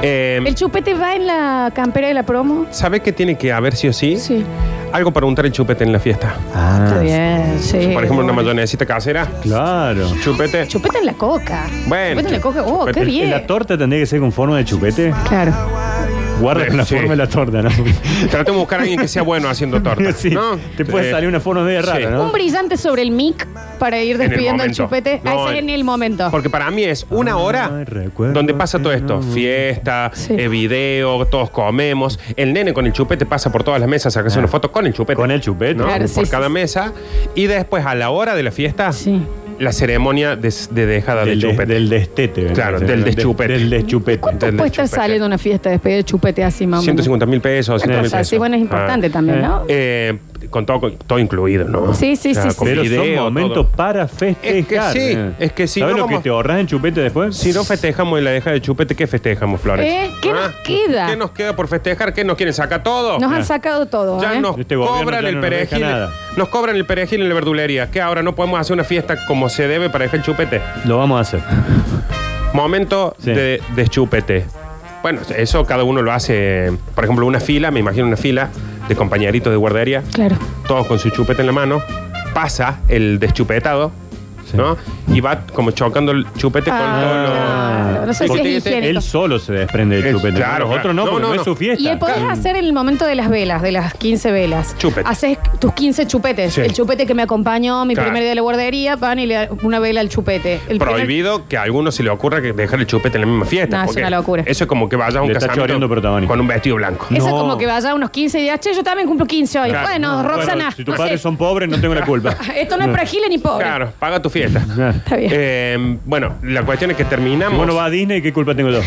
Speaker 5: Eh,
Speaker 3: ¿El chupete va en la campera de la promo?
Speaker 5: ¿Sabés qué tiene que haber sí o sí?
Speaker 3: Sí.
Speaker 5: Algo para untar el chupete en la fiesta.
Speaker 6: Ah.
Speaker 3: Está bien, Ah, sí.
Speaker 5: Por ejemplo,
Speaker 3: Bueno.
Speaker 5: una mayonesita casera.
Speaker 6: Claro.
Speaker 5: Chupete.
Speaker 3: Chupete en la coca.
Speaker 5: Bueno.
Speaker 3: Chupete en la coca. Oh,
Speaker 5: Chupete.
Speaker 3: qué bien.
Speaker 6: Eh, ¿La torta tendría que ser con forma de chupete?
Speaker 3: Claro.
Speaker 6: Guarda con la
Speaker 5: Sí.
Speaker 6: forma de la torta, ¿no?
Speaker 5: Tratemos de buscar a alguien que sea bueno haciendo torta.
Speaker 6: Sí,
Speaker 5: ¿no?
Speaker 6: Te puede
Speaker 5: Eh,
Speaker 6: salir una forma media rara,
Speaker 5: sí.
Speaker 6: ¿no?
Speaker 3: Un brillante sobre el mic para ir
Speaker 5: en el
Speaker 3: despidiendo el,
Speaker 5: momento.
Speaker 3: chupete.
Speaker 5: No,
Speaker 3: Ah, ese es en el momento.
Speaker 5: Porque para mí es una hora
Speaker 6: Ay, recuerdo
Speaker 5: donde pasa todo
Speaker 6: que
Speaker 5: esto.
Speaker 6: no-
Speaker 5: Fiesta,
Speaker 3: Sí.
Speaker 5: eh, video, todos comemos. El nene con el chupete pasa por todas las mesas, saca una foto con el chupete.
Speaker 6: Ah. Con el chupete.
Speaker 5: ¿no?
Speaker 3: Claro, sí,
Speaker 5: por
Speaker 3: sí,
Speaker 5: cada
Speaker 3: sí.
Speaker 5: mesa. Y después, a la hora de la fiesta,
Speaker 3: Sí.
Speaker 5: la ceremonia de, de dejada del,
Speaker 6: Del, des-
Speaker 5: chupete.
Speaker 6: del destete. ¿verdad?
Speaker 5: Claro,
Speaker 6: O sea,
Speaker 5: del
Speaker 6: des-
Speaker 5: deschupete.
Speaker 6: Del deschupete.
Speaker 3: ¿Cuánto
Speaker 5: del
Speaker 3: puede estar
Speaker 5: chupete.
Speaker 3: saliendo una fiesta de despedida de chupete así, mamá?
Speaker 5: 150 mil pesos, 100 mil pesos.
Speaker 3: Sí, bueno, es importante
Speaker 5: Ah.
Speaker 3: también,
Speaker 6: Eh.
Speaker 3: ¿no?
Speaker 5: Eh, con todo, con todo incluido, ¿no?
Speaker 3: Sí, sí, sí, sí.
Speaker 5: con
Speaker 6: Pero son
Speaker 5: video,
Speaker 6: momentos
Speaker 5: todo.
Speaker 6: para festejar.
Speaker 5: sí,
Speaker 6: eh.
Speaker 5: es que si
Speaker 6: ¿Sabes
Speaker 5: no
Speaker 6: lo
Speaker 5: vamos-
Speaker 6: que te ahorras en chupete después?
Speaker 5: Si no festejamos en la deja de chupete, ¿qué festejamos, Flores? Ah,
Speaker 3: ¿Eh? ¿Qué nos queda?
Speaker 5: ¿Qué nos queda por festejar? ¿Qué nos quieren sacar todo?
Speaker 3: Nos han sacado todo.
Speaker 5: Ya
Speaker 3: ¿eh?
Speaker 5: nos
Speaker 6: Este gobierno
Speaker 5: cobran
Speaker 6: ya
Speaker 5: el
Speaker 6: no nos deja
Speaker 5: perejil.
Speaker 6: nada.
Speaker 5: Nos cobran el perejil en la verdulería. ¿Qué ahora no podemos hacer una fiesta como se debe para dejar el chupete?
Speaker 6: Lo vamos a hacer.
Speaker 5: Momento
Speaker 6: Sí.
Speaker 5: de, de chupete. Bueno, eso cada uno lo hace. Por ejemplo, una fila, me imagino una fila de compañeritos de guardería,
Speaker 3: Claro.
Speaker 5: todos con su chupete en la mano. Pasa el deschupetado,
Speaker 6: Sí.
Speaker 5: ¿no? Y va como chocando el chupete con
Speaker 3: Ah,
Speaker 5: todos los.
Speaker 3: claro. No sé si es
Speaker 5: Porque este-
Speaker 3: higiénico.
Speaker 6: Él solo se desprende del
Speaker 5: Es-
Speaker 6: chupete.
Speaker 5: claro,
Speaker 6: Los otros no,
Speaker 5: claro.
Speaker 6: porque
Speaker 5: No,
Speaker 6: no,
Speaker 5: no,
Speaker 6: es su
Speaker 5: no.
Speaker 6: fiesta.
Speaker 3: Y el podés hacer en el momento de las velas, de las 15 velas.
Speaker 5: Chupete.
Speaker 3: Haces tus 15 chupetes.
Speaker 5: Sí.
Speaker 3: El chupete que me acompañó mi
Speaker 5: Claro.
Speaker 3: primer día de la guardería, van y le dan una vela al chupete. El primer-
Speaker 5: prohibido que a alguno se le ocurra que dejar el chupete en la misma fiesta.
Speaker 3: No, es
Speaker 5: porque
Speaker 3: una locura.
Speaker 5: Eso es como que vayas a un
Speaker 6: Le está choreando
Speaker 5: casamiento
Speaker 6: protagónico.
Speaker 5: con un vestido blanco.
Speaker 3: Eso es
Speaker 6: No.
Speaker 3: como que vaya a unos 15 días. Che, yo también cumplo 15 hoy.
Speaker 5: Claro.
Speaker 3: Bueno,
Speaker 6: Bueno,
Speaker 3: Roxana.
Speaker 6: si tus
Speaker 3: no
Speaker 6: padres
Speaker 3: sé.
Speaker 6: son pobres, no tengo la culpa.
Speaker 3: Esto no es para Gile ni pobre.
Speaker 5: Claro, paga tu fiesta.
Speaker 3: Está bien.
Speaker 5: Eh, bueno, la cuestión es que terminamos.
Speaker 6: Bueno, va a Disney, ¿qué culpa tengo yo?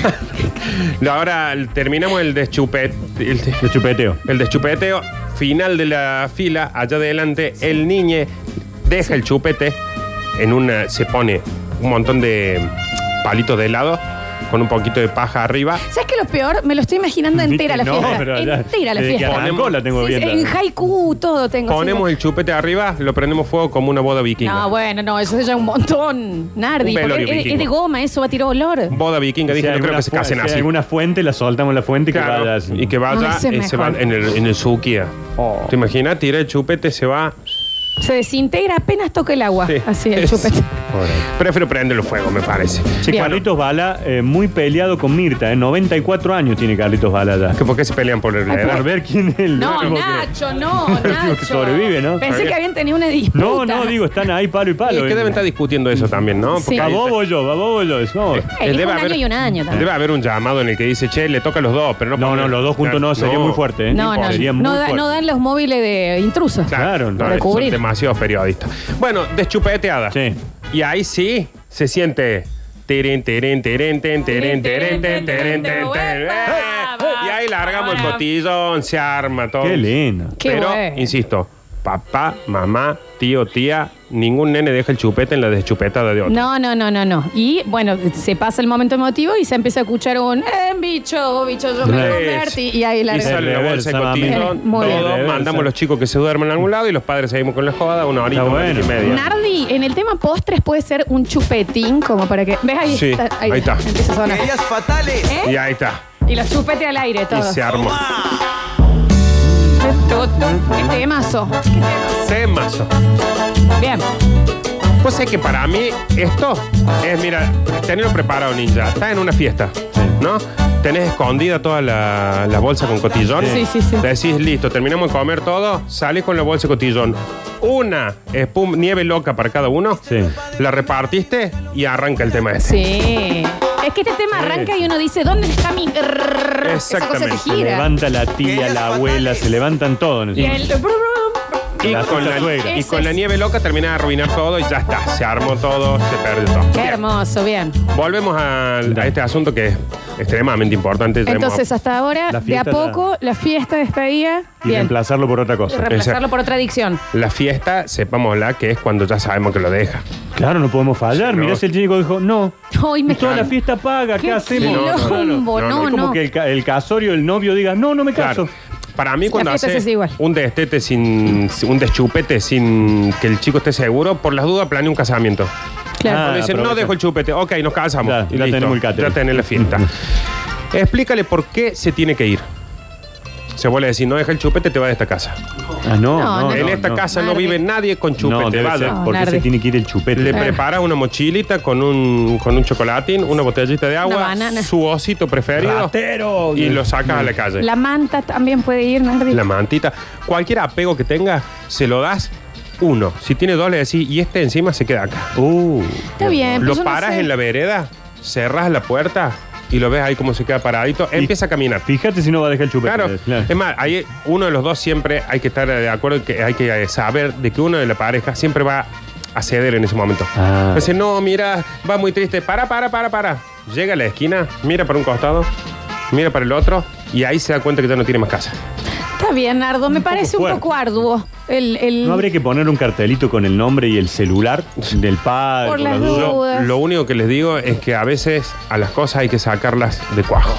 Speaker 6: De
Speaker 5: Ahora terminamos el deschupete. El, de-
Speaker 6: chupeteo.
Speaker 5: el deschupeteo. Final de la fila, allá adelante, el niñe deja el chupete en una. Se pone un montón de palitos de helado con un poquito de paja arriba.
Speaker 3: ¿Sabes qué es lo peor? Me lo estoy imaginando entera la
Speaker 6: No,
Speaker 3: fiesta.
Speaker 6: pero ya,
Speaker 3: entera la
Speaker 6: desde que
Speaker 3: fiesta.
Speaker 6: arrancó la tengo
Speaker 3: Sí, sí,
Speaker 6: bien.
Speaker 3: en haiku todo tengo.
Speaker 5: Ponemos
Speaker 3: sí.
Speaker 5: el chupete arriba, lo prendemos fuego como una boda vikinga.
Speaker 3: No, bueno, no, eso es ya un montón. Nardi,
Speaker 5: Un velorio
Speaker 3: porque es,
Speaker 5: vikingo.
Speaker 3: es de goma, eso va a tirar olor.
Speaker 5: boda vikinga, dije, no creo que se casen así.
Speaker 6: alguna fuente, la soltamos en la fuente y
Speaker 5: Claro,
Speaker 6: que vaya así.
Speaker 5: y que vaya,
Speaker 3: Ah, ese es
Speaker 5: eh, se va
Speaker 3: mejor. Oh.
Speaker 5: en el, en el Suquía. ¿Te imaginas? Tira el chupete, se va.
Speaker 3: Se desintegra apenas toca el agua.
Speaker 5: Sí.
Speaker 3: Así, el
Speaker 5: Es-
Speaker 3: chupete.
Speaker 5: Pobre. Prefiero prenderlo fuego, me parece.
Speaker 6: Che,
Speaker 3: Bien.
Speaker 6: Carlitos Bala, eh, muy peleado con Mirta, eh, 94 años tiene Carlitos Bala ya.
Speaker 5: ¿Que ¿Por qué se pelean por el
Speaker 6: Por
Speaker 5: edad?
Speaker 6: ver quién es el
Speaker 3: No,
Speaker 6: último que-
Speaker 3: Nacho, no, Nacho.
Speaker 6: sobrevive, ¿no?
Speaker 3: Pensé que habían tenido una disputa.
Speaker 6: No, no, digo, están ahahí palo y
Speaker 5: Y
Speaker 6: palo. eh.
Speaker 5: que deben estar discutiendo eso también, ¿no?
Speaker 3: Sí.
Speaker 5: Porque
Speaker 6: A
Speaker 5: ahí
Speaker 6: bobo yo, a bobo yo. es, No,
Speaker 5: está-
Speaker 3: Elijo
Speaker 5: eh,
Speaker 3: Eh,
Speaker 5: debe
Speaker 3: un año y un año también.
Speaker 5: Debe haber un llamado en el que dice, che, le toca a los dos, pero no.
Speaker 6: no, no, los dos juntos no, sería muy fuerte. eh.
Speaker 3: No, no,
Speaker 6: Sería
Speaker 3: no,
Speaker 6: muy
Speaker 3: da-
Speaker 6: fuerte.
Speaker 3: no dan los móviles de intrusos.
Speaker 5: Claro,
Speaker 6: Claro,
Speaker 5: no,
Speaker 6: para
Speaker 5: son
Speaker 3: cubrir.
Speaker 5: demasiados periodistas. Bueno, deschupeteada.
Speaker 6: Sí.
Speaker 5: Y ahí sí se siente. Teren, teren, teren, teren, teren, teren, teren, teren, teren, teren. ¡Eh! Y ahí largamos el botillón, se arma todo.
Speaker 6: Qué lindo.
Speaker 3: Qué
Speaker 5: Pero,
Speaker 3: bueno.
Speaker 5: insisto, papá, mamá, tío, tía, ningún nene deja el chupete en la deschupetada de otro.
Speaker 3: No, no, no, no, no. Y bueno, se pasa el momento emotivo y se empieza a escuchar un eh, bicho, bicho, yo me
Speaker 5: Es-
Speaker 3: convertí. Y ahí
Speaker 5: Y
Speaker 3: larga.
Speaker 5: sale la bolsa de
Speaker 6: Reversa, mami.
Speaker 5: cotillón,
Speaker 3: Muy bien.
Speaker 5: todo,
Speaker 6: Reversa.
Speaker 5: mandamos a los chicos que se duermen a algún lado y los padres seguimos con la joda una horita,
Speaker 6: Está
Speaker 5: una horita y
Speaker 6: bueno.
Speaker 5: media.
Speaker 3: Nardi, en el tema postres puede ser un chupetín, como para que. ¿Ves ahí?
Speaker 5: Sí, ahí está.
Speaker 3: Empieza a sonar.
Speaker 4: Ideas fatales.
Speaker 3: ¿Eh?
Speaker 5: Y ahí está,
Speaker 3: Y los chupete al aire,
Speaker 5: y
Speaker 3: todos.
Speaker 5: se armó.
Speaker 3: Qué temazo.
Speaker 5: Temazo.
Speaker 3: Bien.
Speaker 5: Pues es que para mí esto es, mira, tenerlo preparado, ninja. Estás en una fiesta, ¿no? Tenés escondida toda la, la bolsa con cotillón.
Speaker 3: Sí, sí, sí.
Speaker 5: Decís, listo, terminamos de comer todo, salís con la bolsa de cotillón. Una espum- nieve loca para cada uno.
Speaker 6: Sí.
Speaker 5: La repartiste y arranca el tema ese.
Speaker 3: Sí. Es que este tema arranca y uno dice, ¿dónde está mi... grrrr? Esa cosa
Speaker 5: Exactamente.
Speaker 3: que
Speaker 6: Se
Speaker 3: gira.
Speaker 6: levanta la tía, la abuela, se levantan todos.
Speaker 3: Y el...
Speaker 5: Y
Speaker 6: La
Speaker 5: con, la,
Speaker 6: suegra.
Speaker 5: y
Speaker 3: Ese
Speaker 5: con la
Speaker 3: es-
Speaker 5: nieve loca termina de arruinar todo y ya está. Se armó todo, se perdió todo.
Speaker 3: Qué
Speaker 5: Bien.
Speaker 3: hermoso, bien.
Speaker 5: Volvemos al- a, este asunto que es extremadamente importante.
Speaker 3: Entonces, hasta ahora,
Speaker 6: La
Speaker 3: de a
Speaker 6: fiesta
Speaker 3: poco, la fiesta de despedida,
Speaker 6: Y
Speaker 3: bien.
Speaker 6: reemplazarlo por otra cosa.
Speaker 3: Reemplazarlo por otra adicción.
Speaker 5: La fiesta, sepámosla, que es cuando ya sabemos que lo deja.
Speaker 6: Claro, no podemos fallar.
Speaker 5: Sí, no.
Speaker 6: Mirá si el chico dijo, no,
Speaker 3: Hoy me
Speaker 6: toda la fiesta paga, ¿qué,
Speaker 3: Qué
Speaker 6: hacemos?
Speaker 5: Sí, no, no, no,
Speaker 3: quilombo,
Speaker 5: no, no,
Speaker 3: no,
Speaker 6: Es como
Speaker 3: no.
Speaker 6: que el, ca- el casorio, el novio diga, no, no me caso.
Speaker 5: Claro. Para mí, cuando
Speaker 3: fiesta
Speaker 5: hace
Speaker 3: se hace igual.
Speaker 5: un destete sin. un deschupete sin que el chico esté seguro, por las dudas planea un casamiento.
Speaker 3: Claro.
Speaker 6: Ah,
Speaker 5: Cuando dicen, no
Speaker 6: aprovecha.
Speaker 5: dejo el chupete, ok, nos casamos.
Speaker 6: Ya, ya tenemos el Ah, catering.
Speaker 5: Ya tenés la fiesta. Explícale por qué se tiene que ir. Se vuelve a decir, no deja el chupete, te va de esta casa.
Speaker 6: Ah, no,
Speaker 3: No, no.
Speaker 6: no, no,
Speaker 5: en esta
Speaker 6: no.
Speaker 5: casa no
Speaker 3: Nardi.
Speaker 5: vive nadie con
Speaker 6: no,
Speaker 5: chupete.
Speaker 6: debe
Speaker 5: vaya.
Speaker 6: ser,
Speaker 3: No,
Speaker 6: porque
Speaker 3: Nardi.
Speaker 6: se tiene que ir el chupete.
Speaker 5: Le
Speaker 3: Claro.
Speaker 5: preparas una mochilita con un, con un chocolatín, una botellita de agua,
Speaker 3: banana.
Speaker 5: su osito preferido
Speaker 6: Ratero.
Speaker 5: y lo sacas a la calle.
Speaker 3: La
Speaker 5: La,
Speaker 3: manta también puede ir, Nardi.
Speaker 5: mantita. Cualquier apego que tenga, se lo das uno. Si tiene dos, le decís, y este encima se queda acá.
Speaker 6: Uh,
Speaker 3: Está bien. pero
Speaker 5: lo
Speaker 3: yo no
Speaker 5: paras
Speaker 3: sé.
Speaker 5: en la vereda, cerras la puerta y lo ves ahí como se queda paradito, empieza a caminar.
Speaker 6: fíjate si no va a dejar el chupete.
Speaker 5: Claro. Es más, hay, uno de los dos siempre hay que estar de acuerdo, que hay que eh, saber de que uno de la pareja siempre va a ceder en ese momento.
Speaker 6: Ah.
Speaker 5: Dice, no, mira, va muy triste. Para, para, para, para. Llega a la esquina, mira para un costado, mira para el otro y ahí se da cuenta que ya no tiene más casa.
Speaker 3: Está Está bien, Nardo, me
Speaker 6: Un poco
Speaker 3: parece un
Speaker 6: fuerte.
Speaker 3: poco arduo. El, el-
Speaker 6: ¿No habría que poner un cartelito con el nombre y el celular del padre?
Speaker 3: Por
Speaker 6: con
Speaker 3: las
Speaker 6: la duda?
Speaker 3: dudas.
Speaker 5: Yo lo único que les digo es que a veces a las cosas hay que sacarlas de cuajo.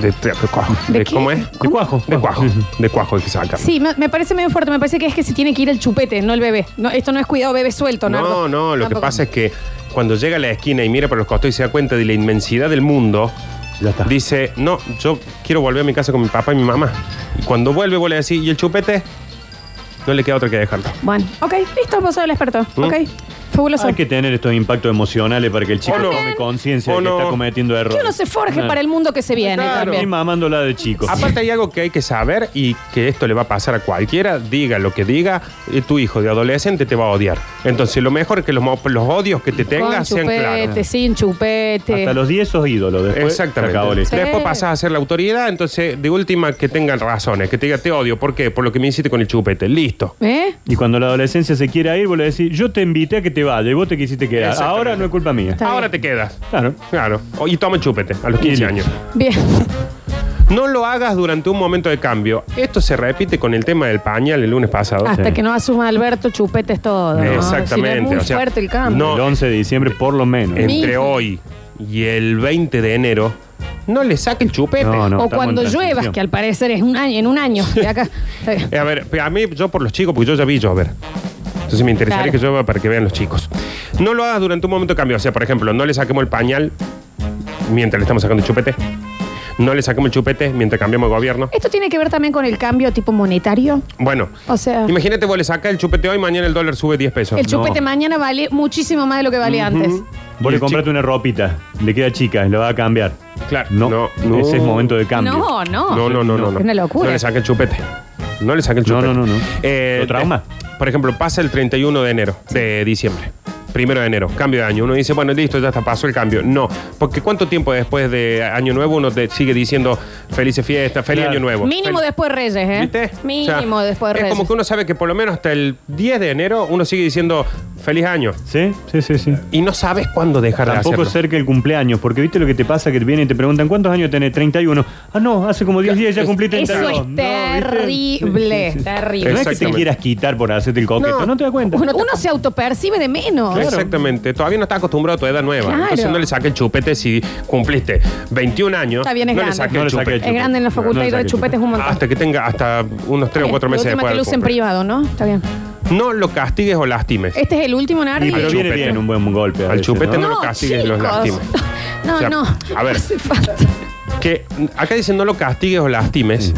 Speaker 5: ¿De, de- de cuajo.
Speaker 3: ¿De
Speaker 5: ¿De
Speaker 3: qué?
Speaker 5: cómo es?
Speaker 6: De cuajo.
Speaker 5: De cuajo. De cuajo hay que sacarlas.
Speaker 3: Sí, me, me parece medio fuerte. Me parece que es que se tiene que ir el chupete, no el bebé. No, esto no es cuidado bebé suelto, Nardo.
Speaker 5: No, no, lo
Speaker 3: Tampoco.
Speaker 5: que pasa es que cuando llega a la esquina y mira para los costados y se da cuenta de la inmensidad del mundo,
Speaker 6: Ya está.
Speaker 5: dice, no, yo quiero volver a mi casa con mi papá y mi mamá. Y cuando vuelve, vuelve a decir, ¿y el chupete? No le queda otra que dejarlo.
Speaker 3: Bueno, ok, listo, pasó el experto.
Speaker 5: ¿Mm?
Speaker 3: Ok, fabuloso.
Speaker 6: Hay que tener estos impactos emocionales para que el chico
Speaker 5: O no.
Speaker 6: tome conciencia de
Speaker 5: O
Speaker 6: que
Speaker 5: no.
Speaker 6: está cometiendo errores.
Speaker 3: Que uno se forje para el mundo que se viene
Speaker 5: Claro.
Speaker 6: Y
Speaker 3: también.
Speaker 6: mamándola de chico.
Speaker 5: Aparte hay algo que hay que saber y que esto le va a pasar a cualquiera, diga lo que diga, eh, tu hijo de adolescente te va a odiar. Entonces lo mejor es que los, mo- los odios que te
Speaker 3: Con
Speaker 5: tengas sean
Speaker 3: chupete,
Speaker 5: claros.
Speaker 3: sin chupete.
Speaker 6: Hasta los 10 sos ídolo. Después se acabó la
Speaker 5: Exactamente.
Speaker 6: historia.
Speaker 5: Después
Speaker 3: Sí.
Speaker 5: pasas a ser la autoridad, entonces de última que tengan razones, que te diga te odio, ¿por qué? Por lo que me hiciste con el chupete, listo.
Speaker 3: ¿Eh?
Speaker 6: Y cuando la adolescencia se quiera ir, vos le decís, yo te invité a que te vaya y vos te quisiste quedar.
Speaker 5: Exactamente.
Speaker 6: Ahora no es culpa mía.
Speaker 3: Está
Speaker 5: Ahora
Speaker 3: bien.
Speaker 5: te quedas.
Speaker 6: Claro.
Speaker 5: Claro. O- Y toma el chupete a los 15
Speaker 6: Y
Speaker 5: años.
Speaker 6: listo.
Speaker 3: Bien.
Speaker 5: No lo hagas durante un momento de cambio. Esto se repite con el tema del pañal el lunes pasado.
Speaker 3: Hasta
Speaker 6: Sí.
Speaker 3: que no asuma Alberto, chupete es todo. ¿no? Si no
Speaker 5: Exactamente,
Speaker 3: es muy
Speaker 5: o sea,
Speaker 3: fuerte el cambio.
Speaker 5: No.
Speaker 6: El 11 de diciembre, por lo menos.
Speaker 3: Eh,
Speaker 5: Entre
Speaker 3: Mijo.
Speaker 5: hoy y el 20 de enero, no le saque el chupete.
Speaker 6: No, no.
Speaker 3: o
Speaker 6: estamos
Speaker 3: cuando
Speaker 6: en
Speaker 3: lluevas,
Speaker 6: transición.
Speaker 3: que al parecer es un año, en un año. de acá. Está bien.
Speaker 5: Eh, A ver, pe- a mí, yo por los chicos, porque yo ya vi llover. Entonces me interesaría
Speaker 3: Claro.
Speaker 5: que llueva para que vean los chicos. No lo hagas durante un momento de cambio. O sea, por ejemplo, no le saquemos el pañal mientras le estamos sacando el chupete. No le saquemos el chupete mientras cambiamos de gobierno.
Speaker 3: Esto tiene que ver también con el cambio tipo monetario.
Speaker 5: Bueno,
Speaker 3: O sea-
Speaker 5: imagínate vos le sacás el chupete hoy, mañana el dólar sube 10 pesos.
Speaker 3: El chupete mañana vale muchísimo más de lo que valía antes.
Speaker 6: Vos
Speaker 5: Y
Speaker 6: le
Speaker 5: el
Speaker 6: compraste
Speaker 5: chico-
Speaker 6: una ropita, le queda chica, lo va a cambiar.
Speaker 5: Claro.
Speaker 6: No,
Speaker 5: No, no.
Speaker 6: ese es momento de cambio.
Speaker 3: No, no.
Speaker 5: No, no, no, no. no.
Speaker 3: Ah, Es una locura.
Speaker 5: No le saque el chupete. No le saque el
Speaker 6: No,
Speaker 5: chupete.
Speaker 6: no, no, no.
Speaker 5: Eh,
Speaker 6: Lo trauma.
Speaker 5: eh, por ejemplo, pasa el 31 de enero, de diciembre. Primero de enero, cambio de año. Uno dice, bueno, listo, ya está, pasó el cambio. No, porque ¿cuánto tiempo después de Año Nuevo uno te sigue diciendo felices fiestas, feliz
Speaker 6: Claro.
Speaker 5: Año Nuevo?
Speaker 3: Mínimo
Speaker 5: Fel-
Speaker 3: después de Reyes, ¿eh?
Speaker 5: ¿Viste?
Speaker 3: Mínimo
Speaker 5: O sea,
Speaker 3: después de
Speaker 5: Es
Speaker 3: Reyes.
Speaker 5: como que uno sabe que por lo menos hasta el 10 de enero uno sigue diciendo feliz año
Speaker 6: Sí, sí, sí, sí.
Speaker 5: y no sabes cuándo dejar
Speaker 6: Tampoco
Speaker 5: de hacerlo.
Speaker 6: cerca el cumpleaños, porque viste lo que te pasa que vienen y te preguntan cuántos años tenés, 31. Ah, no, hace como 10 días ya cumplí
Speaker 3: Eso
Speaker 6: 32.
Speaker 3: es terrible, terrible.
Speaker 6: No es que te
Speaker 5: Exactamente.
Speaker 6: quieras quitar por hacerte el coqueto, no, te das cuenta.
Speaker 3: Uno, uno se autopercibe de menos.
Speaker 5: Exactamente, todavía no está acostumbrado a tu edad nueva.
Speaker 3: Claro.
Speaker 5: Entonces no le saque el chupete si cumpliste 21 años.
Speaker 3: Está bien, es
Speaker 5: no
Speaker 3: grande.
Speaker 5: Le saque
Speaker 6: No
Speaker 5: el
Speaker 6: le saque
Speaker 5: chupete.
Speaker 6: el
Speaker 3: Es grande en la facultad
Speaker 6: No, no
Speaker 3: y el
Speaker 6: saque
Speaker 3: chupete es un montón.
Speaker 5: Hasta que tenga hasta unos 3 Ah, o 4 meses
Speaker 3: el último
Speaker 5: después.
Speaker 3: que
Speaker 5: del
Speaker 3: luce en
Speaker 5: cumple.
Speaker 3: privado, ¿no? Está bien.
Speaker 5: No lo castigues o lastimes.
Speaker 3: Este es el último, Nardi.
Speaker 6: Y, pero
Speaker 5: al
Speaker 6: viene
Speaker 5: chupete.
Speaker 6: bien un buen golpe. a
Speaker 5: Al
Speaker 6: veces,
Speaker 5: chupete
Speaker 3: no,
Speaker 5: no lo castigues, los
Speaker 3: chicos.
Speaker 5: lastimes.
Speaker 3: No,
Speaker 5: O sea,
Speaker 3: no.
Speaker 5: a ver.
Speaker 3: No hace falta.
Speaker 5: Que acá dicen no lo castigues o lastimes.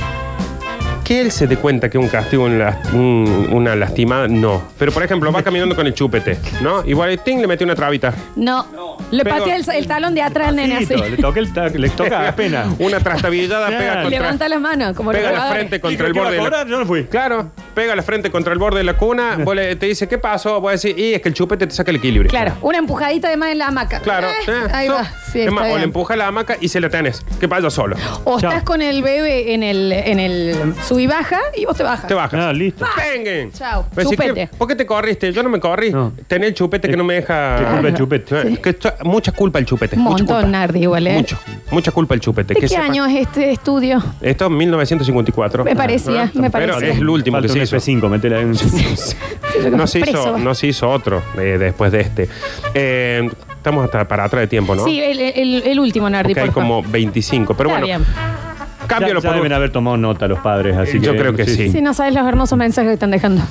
Speaker 5: Que él se dé cuenta que un castigo, un las- un- una lastimada, no. Pero por ejemplo, va caminando con el chupete, ¿no? Igual ting le metió una trabita.
Speaker 3: No. Le
Speaker 5: Pero-
Speaker 3: patea el, el talón de atrás al nene así.
Speaker 6: Pasito, Le toca, el ta- le toca apenas.
Speaker 5: Una trastabillada pega
Speaker 6: Claro.
Speaker 5: contra.
Speaker 3: Levanta las manos, como los
Speaker 5: Pega la
Speaker 3: jugadores.
Speaker 5: frente contra el
Speaker 6: Dijo que
Speaker 5: borde.
Speaker 6: iba
Speaker 5: de
Speaker 6: a
Speaker 5: la-
Speaker 6: cobrar, yo no fui.
Speaker 5: Claro, pega la frente contra el borde de la cuna,
Speaker 6: Eh.
Speaker 5: vos le- te dice, ¿qué pasó? Vos decís, y es que el chupete te saca el equilibrio.
Speaker 3: Claro, una empujadita de más en la hamaca.
Speaker 5: Claro.
Speaker 3: Eh,
Speaker 5: eh,
Speaker 3: ahí
Speaker 5: so-
Speaker 3: va. Sí,
Speaker 5: es
Speaker 3: está
Speaker 5: más, o le
Speaker 3: bien.
Speaker 5: empuja la hamaca y se la tenés. Que vaya solo.
Speaker 3: O estás
Speaker 6: Chao.
Speaker 3: con el bebé en el, en el sub y baja y vos te bajas.
Speaker 5: Te bajas.
Speaker 6: Ah, listo.
Speaker 5: ¡Penguen!
Speaker 3: Chao,
Speaker 5: Vos decís,
Speaker 3: chupete.
Speaker 5: ¿qué- ¿Por qué te corriste? Yo no me corrí.
Speaker 6: No.
Speaker 5: Tenés el chupete que no me deja.
Speaker 6: Te culpa el chupete.
Speaker 5: Eh, que esto- mucha culpa el chupete.
Speaker 3: Un
Speaker 5: mucha
Speaker 3: montón,
Speaker 5: culpa.
Speaker 3: Nardi, igual, ¿eh?
Speaker 5: Mucho. Mucha culpa el chupete.
Speaker 3: ¿De
Speaker 5: que
Speaker 3: qué
Speaker 5: sepa-
Speaker 3: año es este estudio?
Speaker 5: Esto es 1954.
Speaker 3: Me parecía,
Speaker 5: Ah,
Speaker 3: me
Speaker 5: Pero
Speaker 3: parecía.
Speaker 5: es el último que
Speaker 6: Falta
Speaker 5: se
Speaker 6: un
Speaker 5: hizo.
Speaker 6: F5, metela en
Speaker 5: No se,
Speaker 3: Preso.
Speaker 5: hizo, no se hizo otro eh, después de este. Eh, estamos hasta para atrás de tiempo, ¿no?
Speaker 3: Sí, el, el- el último, Nardi,
Speaker 5: Porque hay
Speaker 3: por favor.
Speaker 5: como 25. Pero
Speaker 3: Está
Speaker 5: bueno,
Speaker 3: bien.
Speaker 5: cámbialo
Speaker 6: ya, ya
Speaker 5: por
Speaker 6: deben
Speaker 5: un-
Speaker 6: haber tomado nota los padres, así
Speaker 5: Eh, Yo creo que sí.
Speaker 3: Si no sabes los hermosos mensajes que están dejando.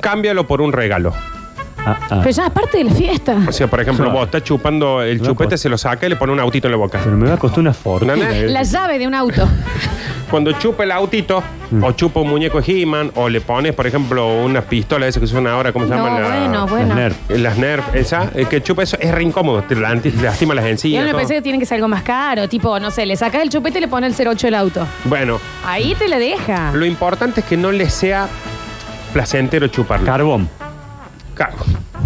Speaker 5: cámbialo por un regalo.
Speaker 6: Ah, ah.
Speaker 3: Pero ya es parte de la fiesta.
Speaker 5: O sea, por ejemplo,
Speaker 6: Ah.
Speaker 5: vos estás chupando el
Speaker 6: No,
Speaker 5: chupete,
Speaker 6: pues.
Speaker 5: se lo saca y le pone un autito en la boca.
Speaker 6: Pero me va a costar una fortuna.
Speaker 5: Nana.
Speaker 6: eh.
Speaker 3: La llave de un auto.
Speaker 5: Cuando chupa el autito,
Speaker 6: Mm.
Speaker 5: o chupa un muñeco de He-Man, o le pones, por ejemplo, unas pistolas esas que son ahora, ¿cómo se
Speaker 3: No,
Speaker 5: llaman? La-
Speaker 3: bueno,
Speaker 6: Las
Speaker 3: bueno.
Speaker 6: Nerf.
Speaker 5: Las Nerf, esa, el que chupa eso es re incómodo, te la- te lastima las
Speaker 3: Yo
Speaker 5: encías.
Speaker 3: me
Speaker 5: todo.
Speaker 3: parece que tiene que ser algo más caro. Tipo, no sé, le sacas el chupete y le pones el 08 del auto.
Speaker 5: Bueno,
Speaker 3: Ahí te la deja.
Speaker 5: lo importante es que no le sea placentero chuparlo.
Speaker 6: Carbón.
Speaker 5: Claro.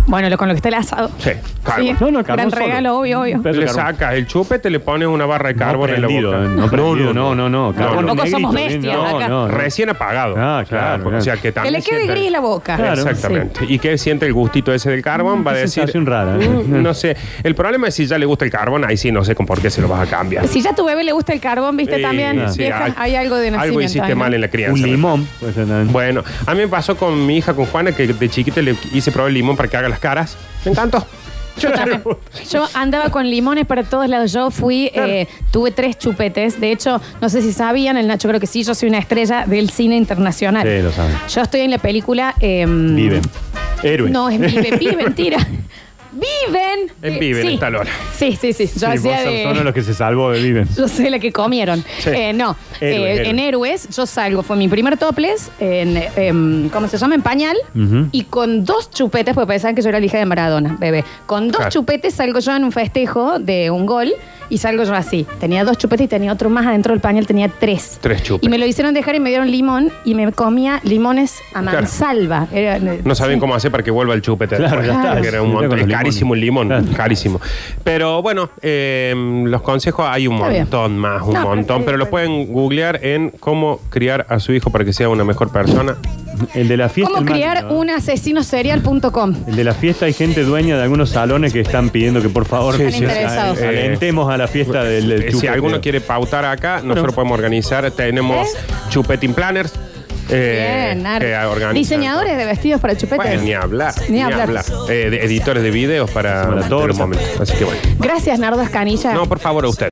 Speaker 3: Bueno, lo, con lo que está el asado.
Speaker 5: Sí. Carbón.
Speaker 3: Sí.
Speaker 6: No, no,
Speaker 3: Gran
Speaker 6: carbón solo.
Speaker 3: regalo, obvio, obvio.
Speaker 6: Un pedazo
Speaker 5: le
Speaker 6: de carbón.
Speaker 5: sacas el chupete, le pones una barra de carbón
Speaker 6: no
Speaker 5: en la
Speaker 6: prendido,
Speaker 5: boca.
Speaker 6: eh, No, prendido, no, no, no. carbón
Speaker 3: Tampoco somos
Speaker 6: negrito, eh,
Speaker 3: bestias
Speaker 6: no,
Speaker 3: acá.
Speaker 6: no, no.
Speaker 5: Recién apagado.
Speaker 6: Ah, claro,
Speaker 5: porque,
Speaker 6: claro.
Speaker 5: O sea, que,
Speaker 3: Que
Speaker 5: también
Speaker 3: le quede
Speaker 5: siente-
Speaker 3: gris la boca.
Speaker 6: Claro.
Speaker 5: Exactamente. ¿Y qué siente el gustito ese del
Speaker 3: Mm.
Speaker 5: carbón? Va a
Speaker 6: Qué
Speaker 5: decir.
Speaker 6: sensación rara, ¿eh?
Speaker 5: "Mm, no sé. El problema es si ya le gusta el carbón, ahí sí no sé con por qué se lo vas a cambiar.
Speaker 3: Si ya a tu bebé le gusta el carbón, viste
Speaker 5: Eh,
Speaker 3: también,
Speaker 5: sí,
Speaker 3: vieja,
Speaker 5: al-
Speaker 3: hay algo de nacimiento.
Speaker 5: Algo hiciste
Speaker 3: ¿no?
Speaker 5: mal en la crianza.
Speaker 6: Un
Speaker 5: me
Speaker 6: limón. pues, no, no.
Speaker 5: Bueno, a mí me pasó con mi hija, con Juana, que de chiquita le hice probar el limón para que haga las caras. Me encantó.
Speaker 3: Yo también. Yo andaba con limones para todos lados. Yo fui, eh, tuve tres chupetes. De hecho, no sé si sabían, el Nacho creo que sí, yo soy una estrella del cine internacional.
Speaker 6: Sí, lo saben.
Speaker 3: Yo estoy en la película. eh,
Speaker 6: Viven. Héroe.
Speaker 3: No, es Viven, Viven, tira. Viven.
Speaker 5: Es
Speaker 3: Eh,
Speaker 5: Viven,
Speaker 3: sí.
Speaker 5: está Lola.
Speaker 3: Sí, sí, sí. Yo
Speaker 6: Sí, vos
Speaker 3: hacía
Speaker 6: sos-
Speaker 3: de-
Speaker 6: Son de los que se salvó de Viven.
Speaker 3: yo soy la que comieron.
Speaker 6: Sí.
Speaker 3: Eh, no,
Speaker 6: Héroe,
Speaker 3: Eh,
Speaker 6: héroe.
Speaker 3: en Héroes yo salgo, fue mi primer toples, en, em, ¿cómo se llama? En pañal,
Speaker 6: Ujú.
Speaker 3: y con dos chupetes, porque pensaban que yo era la hija de Maradona, bebé. Con dos
Speaker 5: Claro.
Speaker 3: chupetes salgo yo en un festejo de un gol y salgo yo así. Tenía dos chupetes y tenía otro más adentro del pañal, tenía tres.
Speaker 5: Tres chupes.
Speaker 3: Y me lo hicieron dejar y me dieron limón y me comía limones a
Speaker 5: Claro.
Speaker 3: mansalva. Era- eh,
Speaker 5: No saben
Speaker 3: sí.
Speaker 5: cómo hacer para que vuelva el chupete.
Speaker 6: Claro,
Speaker 5: después,
Speaker 6: ya está.
Speaker 5: porque Era un
Speaker 6: Ya
Speaker 5: montón.
Speaker 6: con los
Speaker 5: Es carísimo el limón,
Speaker 6: limones. Claro.
Speaker 5: carísimo. Pero bueno, eh, los consejos hay un
Speaker 3: Está bien.
Speaker 5: montón más, un
Speaker 3: No, pero
Speaker 5: montón.
Speaker 3: sí,
Speaker 5: Pero los pueden googlear en cómo criar a su hijo para que sea una mejor persona.
Speaker 6: El de la fiesta.
Speaker 3: ¿Cómo
Speaker 6: el
Speaker 3: criar
Speaker 6: mágico, ¿eh?
Speaker 3: un asesino serial.com?
Speaker 6: El de la fiesta hay gente dueña de algunos salones que están pidiendo que por favor eh,
Speaker 5: Sí,
Speaker 3: Están sí, interesados.
Speaker 5: sí.
Speaker 6: alentemos a la fiesta del, del
Speaker 5: Eh, si
Speaker 6: chupeteo.
Speaker 5: alguno quiere pautar acá, nosotros podemos organizar. Tenemos
Speaker 3: ¿Eh?
Speaker 5: chupeting planners. eh,
Speaker 3: Bien, Nardo.
Speaker 5: que organizan.
Speaker 3: Diseñadores de vestidos para chupetes.
Speaker 5: Bueno, ni hablar.
Speaker 3: Ni hablar.
Speaker 5: Eh, de- editores de videos para,
Speaker 6: Para
Speaker 5: todos
Speaker 6: todos.
Speaker 5: los momentos. Así que bueno.
Speaker 3: Gracias, Nardo Escanilla.
Speaker 5: No, por favor, a usted.